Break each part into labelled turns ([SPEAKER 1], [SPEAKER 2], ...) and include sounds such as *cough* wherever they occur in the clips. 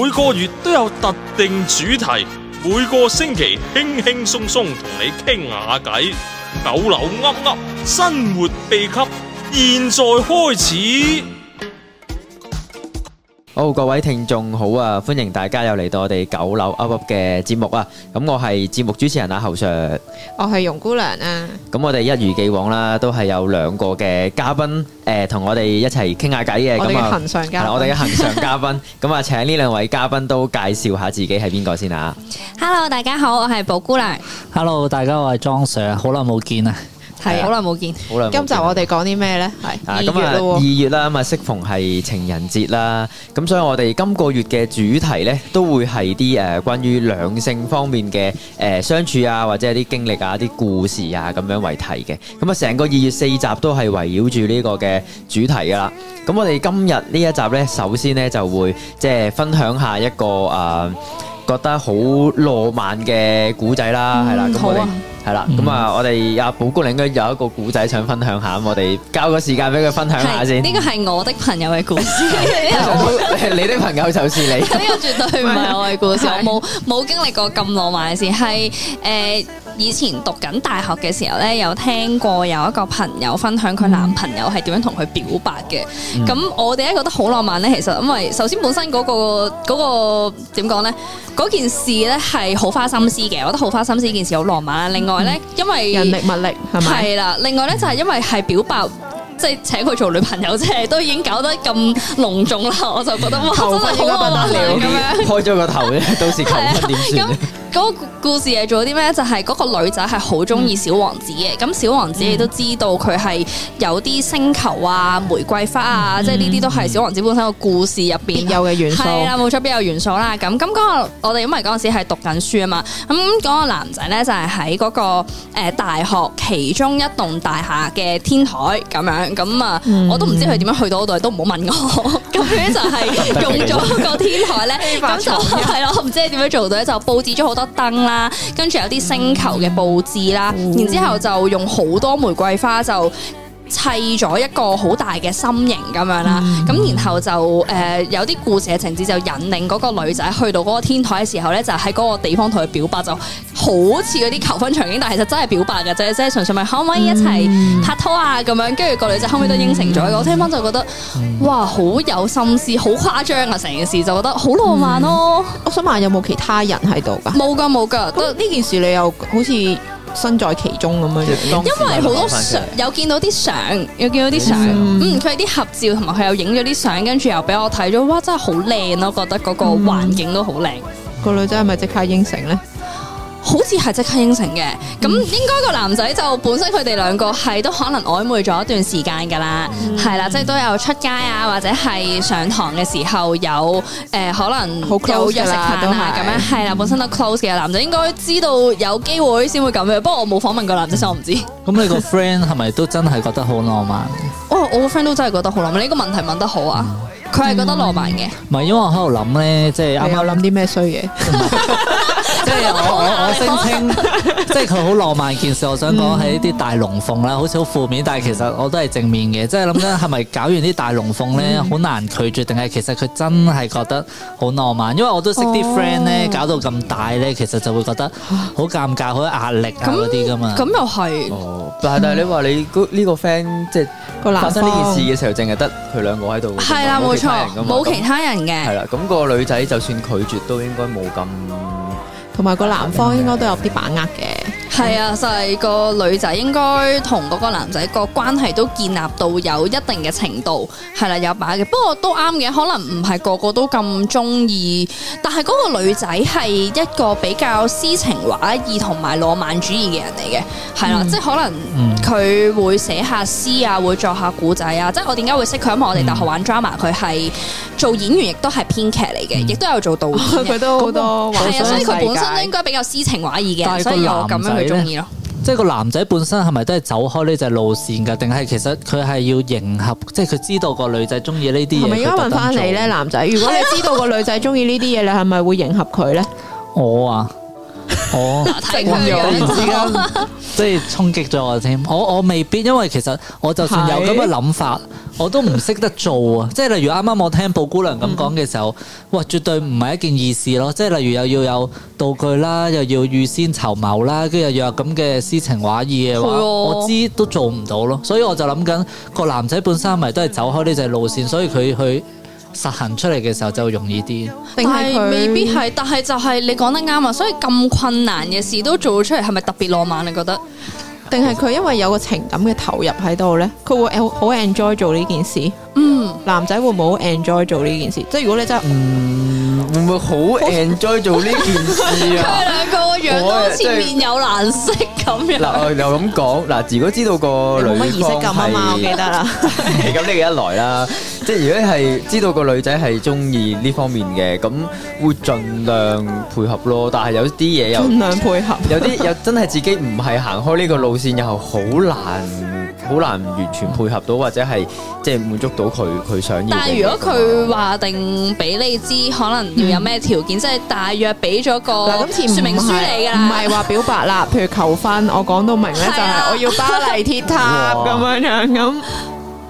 [SPEAKER 1] 每個月都有特定主題，每個星期輕輕鬆鬆同你傾下偈，九樓噏噏生活秘笈，現在開始。
[SPEAKER 2] 好，各位聽眾好啊！歡迎大家又嚟到我哋九樓 Up Up 嘅節目啊！咁我係節目主持人阿侯 Sir，
[SPEAKER 3] 我係容姑娘啊，
[SPEAKER 2] 咁我哋一如既往啦，都係有兩個嘅嘉賓誒，同、我哋一齊傾下偈嘅。
[SPEAKER 3] 我哋
[SPEAKER 2] 咁
[SPEAKER 3] 嘅
[SPEAKER 2] 啊，
[SPEAKER 3] 恒常
[SPEAKER 2] 係
[SPEAKER 3] 家，
[SPEAKER 2] 啦我哋嘅恒常嘉賓。咁啊，請呢兩位嘉賓都介紹下自己係邊個先啊？
[SPEAKER 4] Hello，大家好，我係寶姑娘，
[SPEAKER 5] Hello，大家好，我係莊 Sir，好耐冇見啊！
[SPEAKER 4] 係好耐冇見，
[SPEAKER 2] 好啦，
[SPEAKER 3] 今集我哋講啲咩咧？係
[SPEAKER 2] 啊，
[SPEAKER 3] 二
[SPEAKER 2] 咁
[SPEAKER 3] 月
[SPEAKER 2] 啊
[SPEAKER 3] 咯
[SPEAKER 2] 二
[SPEAKER 3] 喎，
[SPEAKER 2] 月啦，咁啊適逢係情人節啦，咁所以我哋今個月嘅主題呢，都會係啲誒關於兩性方面嘅誒、呃相處啊，或者係啲經歷啊、啲故事啊咁樣為題嘅。咁啊，成個二月四集都係圍繞住呢個嘅主題噶啦。咁我哋今日呢一集呢，首先呢就會即係分享下一個誒、呃、覺得好浪漫嘅古仔啦，係啦、咁我哋
[SPEAKER 4] 好啊
[SPEAKER 2] 係啦，咁啊，我哋阿寶姑娘應該有一個古仔想分享下，咁我哋交個時間俾佢分享下
[SPEAKER 4] 係
[SPEAKER 2] 先。
[SPEAKER 4] 呢個係我的朋友嘅故事，呢
[SPEAKER 2] *laughs* 你的朋友就是你，
[SPEAKER 4] 個絕對唔係我嘅故事，我冇冇經歷過咁浪漫嘅事，係誒以前讀緊大學嘅時候咧，有聽過有一個朋友分享佢男朋友係點樣同佢表白嘅，咁我哋咧覺得好浪漫咧，其實因為首先本身嗰個嗰個點講咧，嗰件事咧係好花心思嘅，我覺得好花心思呢件事好浪漫啦。另外咧，因為
[SPEAKER 3] 人力物力係咪？
[SPEAKER 4] 係啦，另外咧就係因為係表白。即係請佢做女朋友啫，都已經搞得咁隆重啦， *laughs* 我就覺得哇，真
[SPEAKER 3] 求婚
[SPEAKER 4] 係好浪漫啊咁樣。啊
[SPEAKER 2] 開咗個頭咧，到時求婚點
[SPEAKER 4] 咁
[SPEAKER 2] 算？
[SPEAKER 4] 嗰個故事係做啲咩？就係、嗰個女仔係好中意小王子嘅，
[SPEAKER 3] 嗯
[SPEAKER 4] 咁小王子你都知道佢係有啲星球啊、玫瑰花
[SPEAKER 3] 嗯
[SPEAKER 4] 啊，即係呢啲都係小王子本身個故事入
[SPEAKER 3] 必
[SPEAKER 4] 邊
[SPEAKER 3] 有嘅元素，
[SPEAKER 4] 係啦，冇錯，必有元素啦。咁咁嗰個我哋因為嗰陣時係讀緊書啊嘛，咁嗰個男仔咧就係喺嗰個、呃、大學其中一棟大廈嘅天台咁樣，咁啊、我都唔知佢點樣去到嗰度，都唔好問我。咁佢就係用咗個天台咧，咁就係啦，我唔知你點樣做到咧，就佈置咗好多燈啦，跟住有啲星球嘅佈置啦，然之後就用好多玫瑰花就。砌咗一個好大嘅心形咁樣啦，咁、然後就誒、呃有啲故事嘅情節就引領嗰個女仔去到嗰個天台嘅時候咧，就喺嗰個地方同佢表白，就好似嗰啲求婚場景，但係其實真係表白嘅啫，即係純粹咪可唔可以一齊拍拖啊咁樣，跟住個女仔後尾都應承咗，我聽翻就覺得哇好有心思，好誇張啊成件事，就覺得好浪漫咯，
[SPEAKER 3] 我想問有冇其他人喺度㗎？
[SPEAKER 4] 冇噶冇噶，都
[SPEAKER 3] 咁呢件事你又好似身在其中咁樣樣。
[SPEAKER 2] 因
[SPEAKER 4] 因為好多相有見到啲相，有見到啲相，
[SPEAKER 3] 嗯
[SPEAKER 4] 嗯，佢啲合照同埋佢又影咗啲相，跟住又俾我睇咗，哇，真係好靚咯！覺得嗰個環境都好靚，
[SPEAKER 3] 個女仔係咪即刻應承咧？
[SPEAKER 4] 好似係即刻應承嘅。咁應該個男仔就本身佢哋兩個係都可能曖昧咗一段時間㗎啦，係啦，即係都有出街啊，或者係上堂嘅時候有誒可能
[SPEAKER 3] 好 close
[SPEAKER 4] 有約食飯
[SPEAKER 3] 㗎啦都
[SPEAKER 4] 啊
[SPEAKER 3] 係
[SPEAKER 4] 咁樣，係啦，本身都 close 嘅男仔應該知道有機會先會咁樣，不過我冇訪問過男仔，所以我唔知。*laughs*
[SPEAKER 5] 咁你個 friend 係咪都真係覺得好浪漫？
[SPEAKER 4] 哦，我個 friend 都真係覺得好浪漫，呢個問題問得好啊！嗯佢係覺得浪漫嘅，
[SPEAKER 5] 唔係，因為我喺度諗咧，即係
[SPEAKER 3] 你
[SPEAKER 5] 啱
[SPEAKER 3] 有
[SPEAKER 5] 啱
[SPEAKER 3] 諗啲咩衰嘢？
[SPEAKER 5] 即係我我我聲
[SPEAKER 4] *laughs*
[SPEAKER 5] 稱，即係佢好浪漫件事。我想
[SPEAKER 4] 嗯
[SPEAKER 5] 講係一啲大龍鳳啦，好似好負面，但係其實我都係正面嘅。即係諗緊係咪搞完啲大龍鳳咧，
[SPEAKER 4] 嗯
[SPEAKER 5] 好難拒絕，定係其實佢真係覺得好浪漫？因為我都識啲
[SPEAKER 3] 哦
[SPEAKER 5] friend 咧，搞到咁大咧，其實就會覺得好尷尬、好有壓力啊嗰啲噶嘛。
[SPEAKER 4] 咁又係，
[SPEAKER 2] 哦，但係但係你話你嗰呢個 friend 即係
[SPEAKER 3] 個男
[SPEAKER 2] 發
[SPEAKER 3] 方
[SPEAKER 2] 生呢件事嘅時候，淨係得佢兩個喺度㗎啫嘛，
[SPEAKER 4] 係啦，冇錯，冇其他人
[SPEAKER 2] 係
[SPEAKER 4] 嘅，
[SPEAKER 2] 啦，咁個女仔就算拒絕都應該冇咁
[SPEAKER 3] 嗯同埋個男方應該都有啲把握
[SPEAKER 4] *laughs*
[SPEAKER 3] 嘅。
[SPEAKER 4] 係啊，就係個女仔應該同嗰個男仔個關係都建立到有一定嘅程度，係啦，有把嘅。不過都啱嘅，可能唔係個個都咁中意，但係嗰個女仔係一個比較詩情畫意同埋浪漫主義嘅人嚟嘅，係啦，即係可能。
[SPEAKER 5] 嗯
[SPEAKER 4] 佢會寫下詩啊，會作下古仔啊，即係我點解會識佢？因為我哋大學玩 drama，佢係做演員，亦都係編劇嚟嘅，亦都有做導演嘅。
[SPEAKER 3] 哦佢都好多幻
[SPEAKER 4] 係
[SPEAKER 3] 想
[SPEAKER 4] 啊，所以佢
[SPEAKER 3] 世界
[SPEAKER 4] 本身都應該比較詩情畫意嘅
[SPEAKER 5] 但
[SPEAKER 4] 人，
[SPEAKER 5] 係個
[SPEAKER 4] 所以我咁樣去中意咯。
[SPEAKER 5] 即係個男仔本身係咪都係走開呢隻路線㗎？定係其實佢係要迎合，即係佢知道個女仔中意呢啲嘢。
[SPEAKER 3] 係咪應該
[SPEAKER 5] 佢
[SPEAKER 3] 問
[SPEAKER 5] 特登
[SPEAKER 3] 翻你
[SPEAKER 5] 做
[SPEAKER 3] 咧，？男仔？如果你知道個女仔中意呢啲嘢，你係咪會迎合佢咧？
[SPEAKER 5] 我啊，
[SPEAKER 4] *laughs*
[SPEAKER 5] 我
[SPEAKER 4] 睇
[SPEAKER 5] 突
[SPEAKER 4] 佢嘅
[SPEAKER 5] 然之間，即係衝擊咗我添。我我未必，因為其實我就算有咁嘅諗法，我都唔識得做啊。即係例如啱啱我聽布姑娘咁講嘅時
[SPEAKER 4] 嗯
[SPEAKER 5] 候，哇，絕對唔係一件易事咯。即係例如又要有道具啦，又要預先籌謀啦，跟住又要有咁嘅詩情畫意嘅話，
[SPEAKER 4] 係喎
[SPEAKER 5] 我知都做唔到咯。所以我就諗緊個男仔本身係咪都係走開呢隻路線，所以佢去實行出嚟嘅時候就容易啲。
[SPEAKER 3] 定
[SPEAKER 4] 但
[SPEAKER 3] 係佢
[SPEAKER 4] 係未必係，但係就係你講得啱啊！所以咁困難嘅事都做出嚟，係咪特別浪漫？啊你覺得？
[SPEAKER 3] 定係佢因為有個情感嘅投入喺度咧，佢會好好 enjoy 做呢件事。
[SPEAKER 4] 嗯，
[SPEAKER 3] 男仔會唔會好 enjoy 做呢件事？即係如果你真係
[SPEAKER 2] 會唔會好 enjoy 做呢件事
[SPEAKER 3] *laughs*
[SPEAKER 4] 佢
[SPEAKER 2] 啊？
[SPEAKER 4] 哋兩個個樣都好似面有難色
[SPEAKER 2] 嗱，
[SPEAKER 4] 咁樣。
[SPEAKER 2] 我又咁講，嗱，如果知道個
[SPEAKER 3] 你冇乜
[SPEAKER 2] 女
[SPEAKER 3] 儀式
[SPEAKER 2] 方
[SPEAKER 3] 感啊嘛，我記
[SPEAKER 2] 係
[SPEAKER 3] 得啦。
[SPEAKER 2] 係咁呢個一來啦，即係如果係知道個女仔係中意呢方面嘅，咁會盡量配合咯。但係有啲嘢
[SPEAKER 3] *laughs*
[SPEAKER 2] 又
[SPEAKER 3] 盡量配合。
[SPEAKER 2] 有啲有真係自己唔係行開呢個路線，又好難好難完全配合到，或者係即係滿足到佢佢想要嘅嘢。
[SPEAKER 4] 但係如果佢話定俾你知，可能要有咩條件，即係大約俾咗個
[SPEAKER 3] 嗱，今次唔
[SPEAKER 4] 説哦明書
[SPEAKER 3] 係
[SPEAKER 4] 你㗎
[SPEAKER 3] 唔
[SPEAKER 4] 啦。
[SPEAKER 3] 係話表白啦，譬如求婚，我講到明咧就
[SPEAKER 4] 係啊
[SPEAKER 3] 係我要巴黎鐵塔
[SPEAKER 2] *laughs* 哇
[SPEAKER 3] 咁樣樣咁，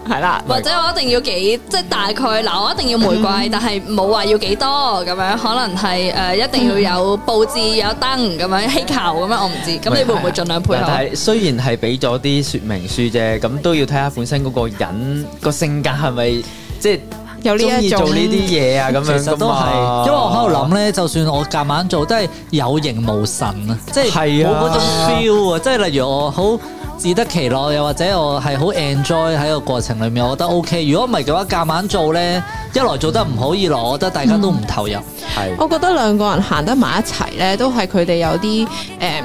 [SPEAKER 3] 係啦。
[SPEAKER 4] 或者我一定要幾即係大概嗱，我一定要玫瑰，但係冇話要幾多咁樣，可能係誒、呃一定要有佈置、有燈咁樣、氣球咁樣，我唔知。咁你會唔會盡量配
[SPEAKER 2] 嗱但
[SPEAKER 4] 合？啊
[SPEAKER 2] 係雖然係俾咗啲說明書啫，咁都要睇下本身嗰個人個性格係咪即係
[SPEAKER 3] 有呢
[SPEAKER 2] 中
[SPEAKER 3] 一
[SPEAKER 2] 意
[SPEAKER 3] 種
[SPEAKER 2] 做呢啲嘢啊咁
[SPEAKER 5] 其
[SPEAKER 2] 樣
[SPEAKER 5] 實
[SPEAKER 2] 噶
[SPEAKER 5] 都係
[SPEAKER 2] 嘛。，
[SPEAKER 5] 因為我喺度諗咧，就算我夾硬做，都係有形無神啊，即係
[SPEAKER 2] 係
[SPEAKER 5] 冇
[SPEAKER 2] 啊
[SPEAKER 5] 嗰種 feel 啊，即係例如我好自得其樂，又或者我係好 enjoy 喺個過程裡面，我覺得 OK。如果唔係嘅話，夾硬做咧，一來做得唔好，二來我覺得大家都唔投入。
[SPEAKER 2] 係
[SPEAKER 3] 我覺得兩個人行得埋一齊咧，都係佢哋有啲誒，嗯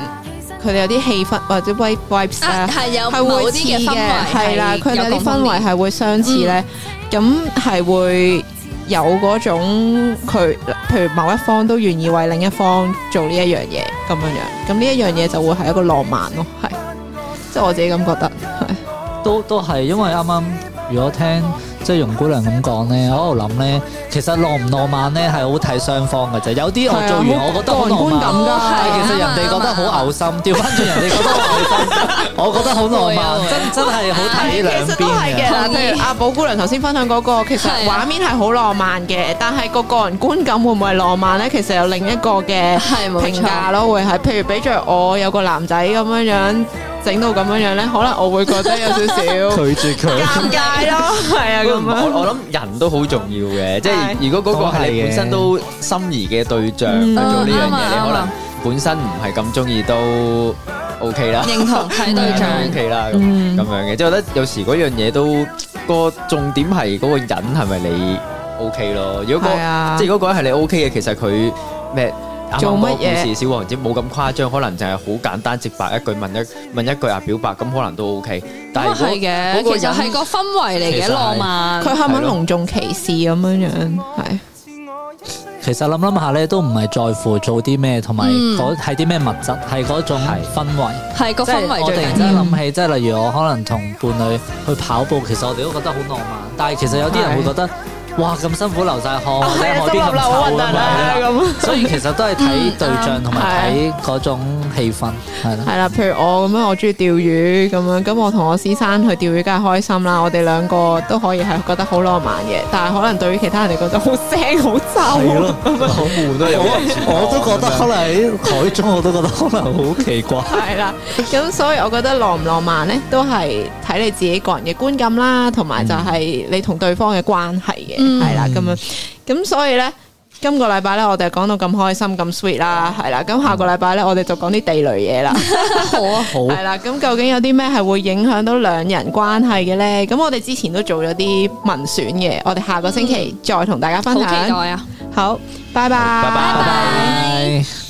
[SPEAKER 3] 佢哋有啲氣氛或者 vibe vibes
[SPEAKER 4] 啊
[SPEAKER 3] 啊，
[SPEAKER 4] 係有
[SPEAKER 3] 係
[SPEAKER 4] 某
[SPEAKER 3] 會
[SPEAKER 4] 啲
[SPEAKER 3] 似
[SPEAKER 4] 嘅
[SPEAKER 3] 嘅
[SPEAKER 4] 氛圍，
[SPEAKER 3] 係啦，佢哋有啲氛圍係會相似咧，咁係會有嗰種佢，譬如某一方都願意為另一方做呢一樣嘢咁樣樣，咁呢一樣嘢就會係一個浪漫咯，係，即係我自己咁覺得，係
[SPEAKER 5] 都都係，因為啱啱如果聽即係容姑娘咁講咧，我喺度諗咧，其實浪唔浪漫咧係好睇雙方嘅啫。有啲我做完
[SPEAKER 3] 係啊
[SPEAKER 5] 我覺得好浪
[SPEAKER 3] 個人觀感
[SPEAKER 5] 漫，
[SPEAKER 3] 㗎
[SPEAKER 5] 但係其實人哋覺得好嘔心，調翻轉人哋覺得好嘔心，
[SPEAKER 3] *laughs*
[SPEAKER 5] 我覺得好浪漫，真真係好睇兩
[SPEAKER 3] 其實都啊係
[SPEAKER 5] 邊
[SPEAKER 3] 嘅。
[SPEAKER 5] 嘅。
[SPEAKER 3] 嗱，譬如阿寶姑娘頭先分享嗰、個，其實
[SPEAKER 4] 係啊
[SPEAKER 3] 畫面係好浪漫嘅，但係個個人觀感會唔會係浪漫咧？其實有另一個嘅
[SPEAKER 4] 係冇錯
[SPEAKER 3] 評價咯，會係譬如俾着我有個男仔咁樣樣整到咁樣樣咧，可能我會覺得有少少
[SPEAKER 5] 拒絕佢，
[SPEAKER 3] *laughs* 尷尬咯，係啊咁
[SPEAKER 2] 我
[SPEAKER 3] 樣。
[SPEAKER 2] 我諗人都好重要嘅，即係如果嗰個係你本身都心儀嘅對象去
[SPEAKER 3] 嗯
[SPEAKER 2] 做呢樣
[SPEAKER 4] 啱啊
[SPEAKER 2] 嘢，你
[SPEAKER 4] 啱
[SPEAKER 2] 可能
[SPEAKER 4] 啊
[SPEAKER 2] 本身唔係咁中意都 OK 啦。
[SPEAKER 4] 認同睇對象。
[SPEAKER 2] O K 啦，咁
[SPEAKER 3] 嗯
[SPEAKER 2] 咁樣嘅，即係我覺得有時嗰樣嘢都個重點係嗰個人係咪你 O K 咯？如果
[SPEAKER 3] 係啊
[SPEAKER 2] 個即係如果嗰個人係你 O K 嘅，其實佢咩？啱啱
[SPEAKER 3] 做乜
[SPEAKER 2] 嗰個故
[SPEAKER 3] 嘢
[SPEAKER 2] 事小王子冇咁誇張，可能就係好簡單直白一句問一問一句啊表白，咁可能都 O K。但
[SPEAKER 4] 咁啊
[SPEAKER 2] 係
[SPEAKER 4] 係
[SPEAKER 2] 如果嗰
[SPEAKER 4] 嘅，
[SPEAKER 2] 個
[SPEAKER 4] 其實係
[SPEAKER 2] 人
[SPEAKER 4] 個氛圍嚟
[SPEAKER 2] 其實
[SPEAKER 4] 嘅
[SPEAKER 2] 係
[SPEAKER 4] 浪漫。
[SPEAKER 3] 佢係
[SPEAKER 2] 係
[SPEAKER 3] 咪
[SPEAKER 2] 咯
[SPEAKER 3] 隆重其事咁樣樣？係
[SPEAKER 5] 其實諗諗下咧，都唔係在乎做啲咩，同埋
[SPEAKER 4] 嗯
[SPEAKER 5] 嗰係啲咩物質，係嗰種
[SPEAKER 2] 係
[SPEAKER 5] 氛圍。
[SPEAKER 4] 係個
[SPEAKER 5] 即係
[SPEAKER 4] 氛圍
[SPEAKER 5] 我突
[SPEAKER 4] 最
[SPEAKER 5] 然
[SPEAKER 4] 緊
[SPEAKER 5] 之間
[SPEAKER 4] 要。
[SPEAKER 5] 諗起，即係例如我可能同伴侶去跑步，其實我哋都覺得好浪漫，但係其實有啲人會覺得，哇咁辛苦流晒汗，
[SPEAKER 3] 啊
[SPEAKER 5] 或者海邊咁臭咁樣，
[SPEAKER 3] 咁。嗯
[SPEAKER 5] 所以其實都係睇對象同
[SPEAKER 3] 啊
[SPEAKER 5] 埋睇嗰種氣氛，係啦。
[SPEAKER 3] 係啦，譬如我咁樣，我中意釣魚咁樣，咁我同我先生去釣魚，梗係開心啦。我哋兩個都可以係覺得好浪漫嘅，但係可能對於其他人嚟講就好腥好
[SPEAKER 5] 係咯
[SPEAKER 3] 臭。，
[SPEAKER 2] 好
[SPEAKER 3] 啊
[SPEAKER 2] 悶咯，有
[SPEAKER 5] 我
[SPEAKER 2] 啲人
[SPEAKER 5] 我都覺得可能喺海中，我都覺得可能好奇怪。
[SPEAKER 3] 係啦，咁所以我覺得浪唔浪漫呢，都係睇你自己個人嘅觀感啦，同埋就係你同對方嘅關係嘅，
[SPEAKER 4] 嗯
[SPEAKER 3] 係啦咁樣。咁所以呢，今個禮拜呢，我哋講到咁開心咁 sweet 啦，係啦。咁下個禮拜呢，我哋就講啲地雷嘢啦。
[SPEAKER 4] 好啊，
[SPEAKER 5] 好
[SPEAKER 3] 係啦，咁究竟有啲咩係會影響到兩人關係嘅呢？咁我哋之前都做咗啲民選嘅，我哋下個星期再同大家分
[SPEAKER 4] 好期待
[SPEAKER 3] 享。
[SPEAKER 4] 啊！
[SPEAKER 3] 好，拜拜，
[SPEAKER 2] 拜拜
[SPEAKER 4] 拜拜
[SPEAKER 5] 拜。